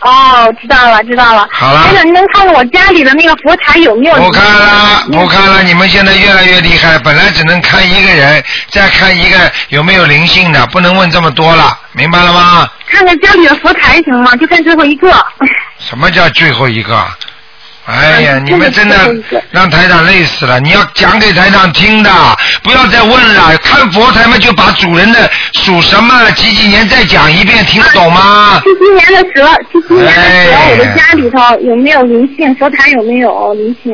哦，知道了，知道了。好了台长，您能看看我家里的那个佛台有没有？不看了，不看了，你们现在越来越厉害。本来只能看一个人，再看一个有没有灵性的，不能问这么多了，明白了吗？看看家里的佛台行吗？就看最后 一个。什么叫最后一个啊？哎呀，嗯你们真真的是最的后一个让台长累死了！你要讲给台长听的，不要再问了。看佛台嘛，就把主人的属什么几几年再讲一遍，听得懂吗？七七年的蛇，七七年的蛇，哎我的家里头有没有灵性？佛台有没有灵性？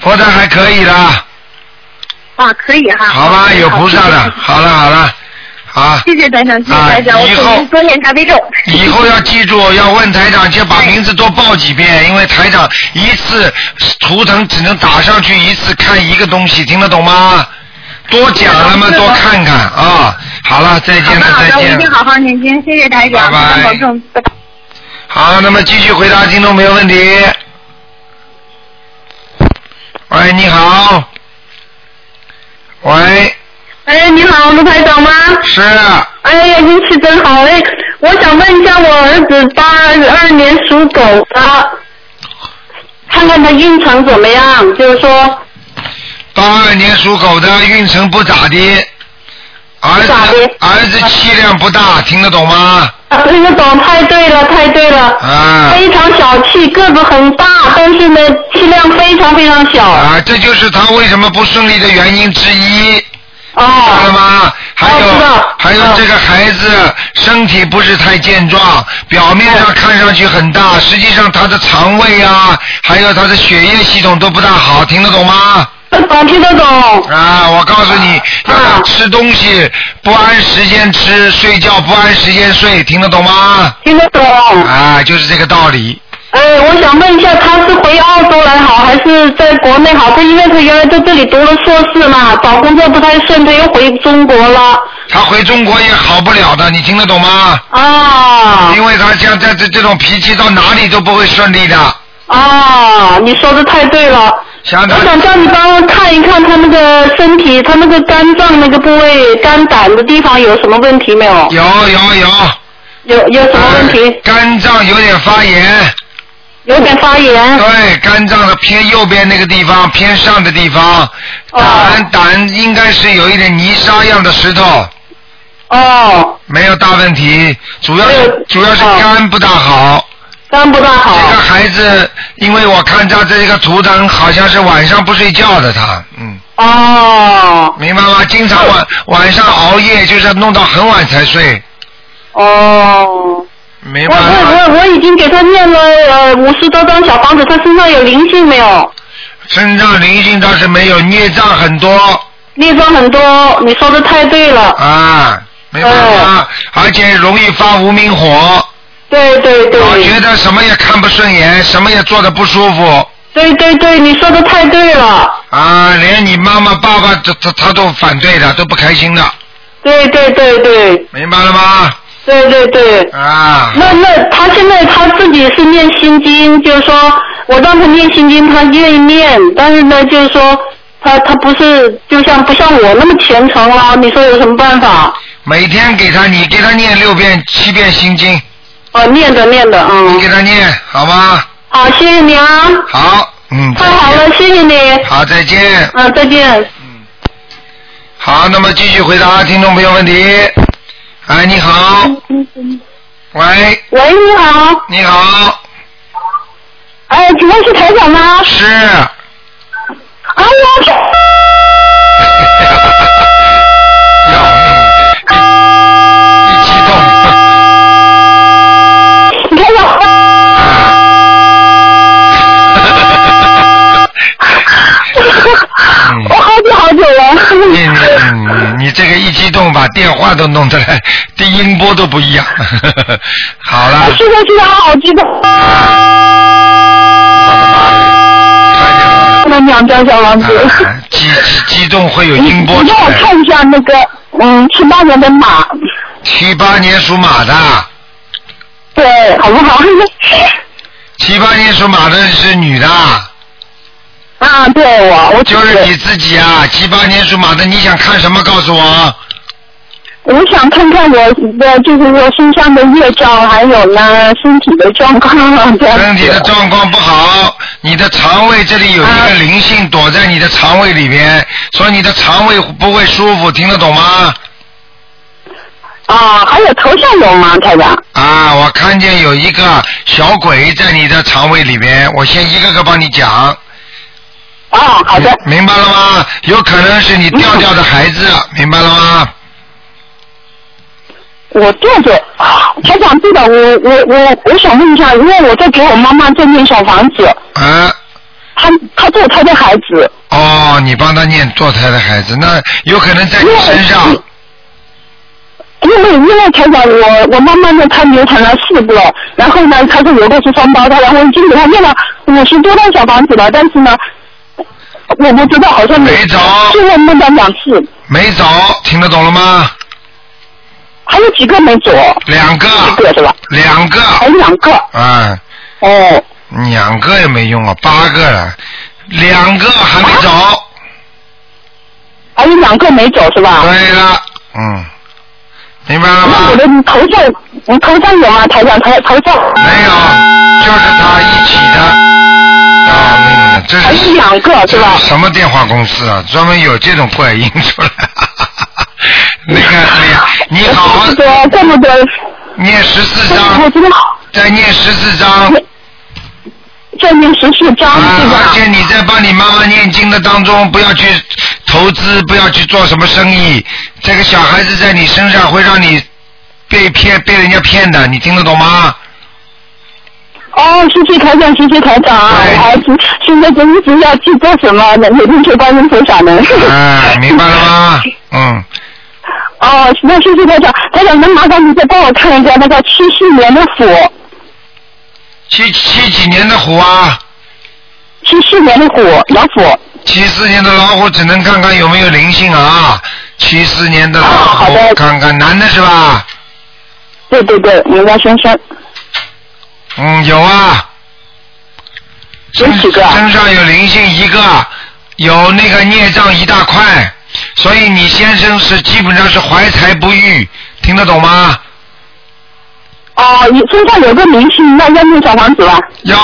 佛台还可以啦，啊，可以哈。好吧，有菩萨的。好了好了，好，谢谢台长，谢谢台长，啊我以后祝您多念大悲咒。以后要记住，要问台长，就哎把名字多报几遍，因为台长一次图腾只能打上去一次，看一个东西，听得懂吗？多讲了嘛，多看看啊！好了，再见了，好再的，我一见定了。好好念经，谢谢台长，拜拜台长保重，拜拜。好，那么继续回答听众朋友问题。喂，你好。喂，哎，你好，卢排长吗？是哎呀，运气真好哎！我想问一下，我儿子八二年属狗的，看看他运程怎么样，就是说八二年属狗的运程不咋地，儿子儿子气量不大，听得懂吗？啊，这个懂，太对了，太对了，啊非常小气，个子很大，但是呢气量非常非常小。啊，这就是他为什么不顺利的原因之一。哦。知道吗？还有、还有这个孩子身体不是太健壮，表面上看上去很大，实际上他的肠胃啊，还有他的血液系统都不大好，听得懂吗？懂，听得懂。啊，我告诉你，那吃东西不按时间吃，睡觉不按时间睡，听得懂吗？听得懂。啊，就是这个道理。哎，我想问一下，他是回澳洲来好，还是在国内好？他因为他原来在这里读了硕士嘛，找工作不太顺，他又回中国了。他回中国也好不了的，你听得懂吗？啊。因为他像在这这种脾气到哪里都不会顺利的。啊，你说的太对了。想我想叫你帮我看一看他那个身体，他那个肝脏那个部位、肝胆的地方有什么问题没有？有有有。有有什么问题？肝脏有点发炎。有点发炎。对，肝脏的偏右边那个地方，偏上的地方，哦胆胆应该是有一点泥沙样的石头。哦。没有大问题，主要是主要是肝不大好。肝不大好。这个孩子，因为我看他这个图腾，好像是晚上不睡觉的他，嗯。哦。明白吗？经常晚晚上熬夜，就是弄到很晚才睡。哦。明我白吗？我我我已经给他念了呃五十多张小房子，他身上有灵性没有？身上灵性倒是没有，孽障很多。孽障很多，你说的太对了。啊，没办哦法，而且容易发无名火。对对对。我觉得什么也看不顺眼，什么也做的不舒服。对对对，你说的太对了。啊，连你妈妈、爸爸，他他他都反对的，都不开心的，对对对对。明白了吗？对对对。啊。那那他现在他自己是念心经，就是说我让他念心经，他愿意念，但是呢，就是说他他不是就像不像我那么虔诚啦、你说有什么办法？每天给他，你给他念六遍、七遍心经。哦，念着念着，嗯。你给他念，好吗？好，谢谢你啊，好，嗯。太好了，谢谢你。好，再见。嗯，再见。好，那么继续回答听众朋友问题。哎，你好，喂，喂，你好。你好，呃哎，请问是台长吗？是。哎 呀，嗯你看我。 我好久好久啊了。你你你这个一激动，把电话都弄得来，这音波都不一样。 好了，是的，是的，好激动。我的两张小王子，啊激激激动会有音波你出帮我来。看一下那个，嗯，七八年的马，七八年属马的，对，好不好？ 七八年属马的是女的。啊，对我，我就是你自己啊，七八年属马的，你想看什么？告诉我。我想看看我的，就是说身上的业障，还有呢身体的状况，啊这样身体的状况不好，你的肠胃这里有一个灵性躲在你的肠胃里边，所以你的肠胃不会舒服，听得懂吗？啊，还有头上有吗，台长？啊，我看见有一个小鬼在你的肠胃里边，我先一个个帮你讲。哦，好的。明白了吗？有可能是你掉掉的孩子，明白了吗？我坐着，啊台长对的，我我我我想问一下，因为我在给我妈妈在念小房子，啊。她她做她的孩子，哦，你帮他念堕胎的孩子，那有可能在你身上。因为因为台长我我妈妈呢她流产了四个，然后呢她是有个是双胞胎，然后已经给她念了五十多张小房子了，但是呢。我不知道，好像没走，现在梦到两次，没走，听得懂了吗？还有几个没走，两个。一个是吧？两个。还有两个。啊。哦。两个也没用啊，八个了，两个还没走。还有两个没走是吧？对了，嗯，明白了吗？那我的头上，我头上有吗？台长，头头上。没有，就是他一起的。啊，这是还是两个哎是吧这什么电话公司啊？专门有这种怪音出来。 那个，哎呀，你好好多这么多，念十四哎章，再念十四章，再念十四章，对啊吧？而且你在帮你妈妈念经的当中，不要去投资，不要去做什么生意。这个小孩子在你身上会让你被骗，被人家骗的，你听得懂吗？哦，谢谢台长，谢谢台长，啊哎孩子现在真的不知道去做什么呢，每天求观音菩萨呢。哎，明白了吗？嗯， 哦，那谢谢台长，台长能麻烦你再帮我看一下那个七四年的虎，七七几年的虎啊？七四年的虎，老虎。七四年的老虎只能看看有没有灵性啊。七四年的老虎，看看男的是吧？对对对，明白先生，嗯，有啊。有几个？身上有灵性一个，有那个孽障一大块，所以你先生是基本上是怀才不遇，听得懂吗？哦，你身上有个明星，那要念小房子吧？要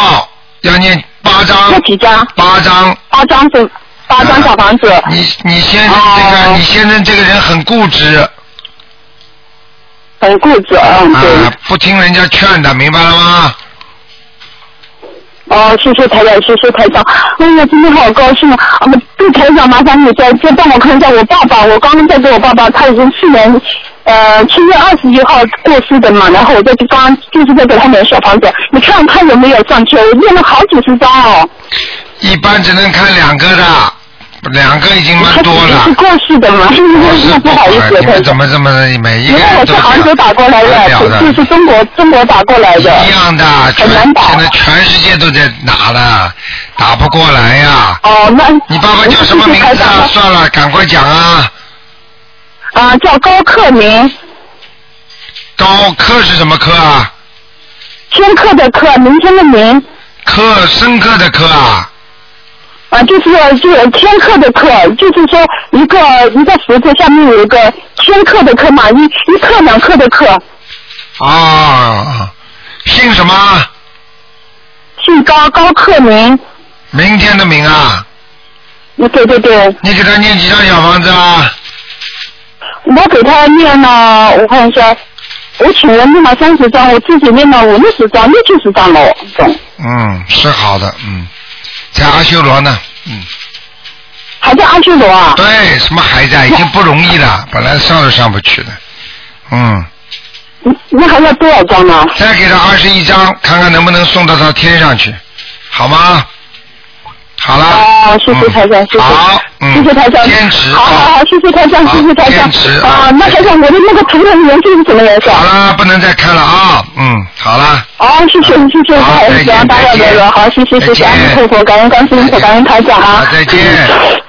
要念八章。要几张？八张。啊八张是八张小房子。哦你你先生这个，你先生这个人很固执，很固执，嗯，啊对。，不听人家劝的，明白了吗？哦，谢谢台长，谢谢台长。哎呀，今天好高兴啊！我们对台长，麻烦你再再帮我看一下我爸爸。我刚刚在给我爸爸，他已经去年呃七月二十一号过世的嘛，然后我在刚刚就是在给他们小房子，你看他有没有上去？我念了好几十张哦，一般只能看两个的，两个已经蛮多了。哦是过世的嘛，不好意思，你台们长。怎么这么每一因个为人我都是杭州打过来不了的，就是中国中国打过来的，一样的，全现在全世界都在打了，打不过来呀、哦，那你爸爸叫什么名字啊？算了，赶快讲啊！啊、叫高克明，高科是什么科啊？天克的克，明天的明。科深刻的科啊？啊，就是就是天课的课，就是说一个一个石头下面有一个天课的课嘛，一一课两课的课，啊，姓什么？姓高，高克明。明天的明啊？嗯对对对。你给他念几张小房子啊？我给他念了，我看一下，我请人念了三十张，我自己念了五六十张，六七十张了，总嗯，是好的，嗯，在阿修罗呢，嗯。还在阿修罗啊？对，什么还在，已经不容易了，本来上都上不去的，嗯。那还要多少张呢？再给他二十一张，看看能不能送到他天上去，好吗？好了。嗯哦，谢谢台长，谢谢，谢谢台长，嗯坚持，好好好，谢谢台长，谢谢台长，啊，那台长，我的那个图腾颜色是什么颜色？好啦，不能再看了啊，嗯，好啦，哦，谢谢，谢谢，不好意思啊，打扰您了，好，谢谢，谢谢，阿弥陀佛，感恩观世音菩萨，感恩台长啊，再见。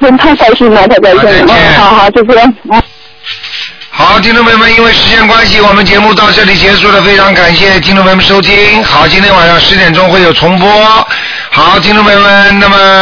真太开心了，太开心了，嗯，好好，就这样，嗯。好，听众朋友们，因为时间关系，我们节目到这里结束了，非常感谢听众朋友们收听。好，今天晚上十点钟会有重播。好，听众朋友们，那么。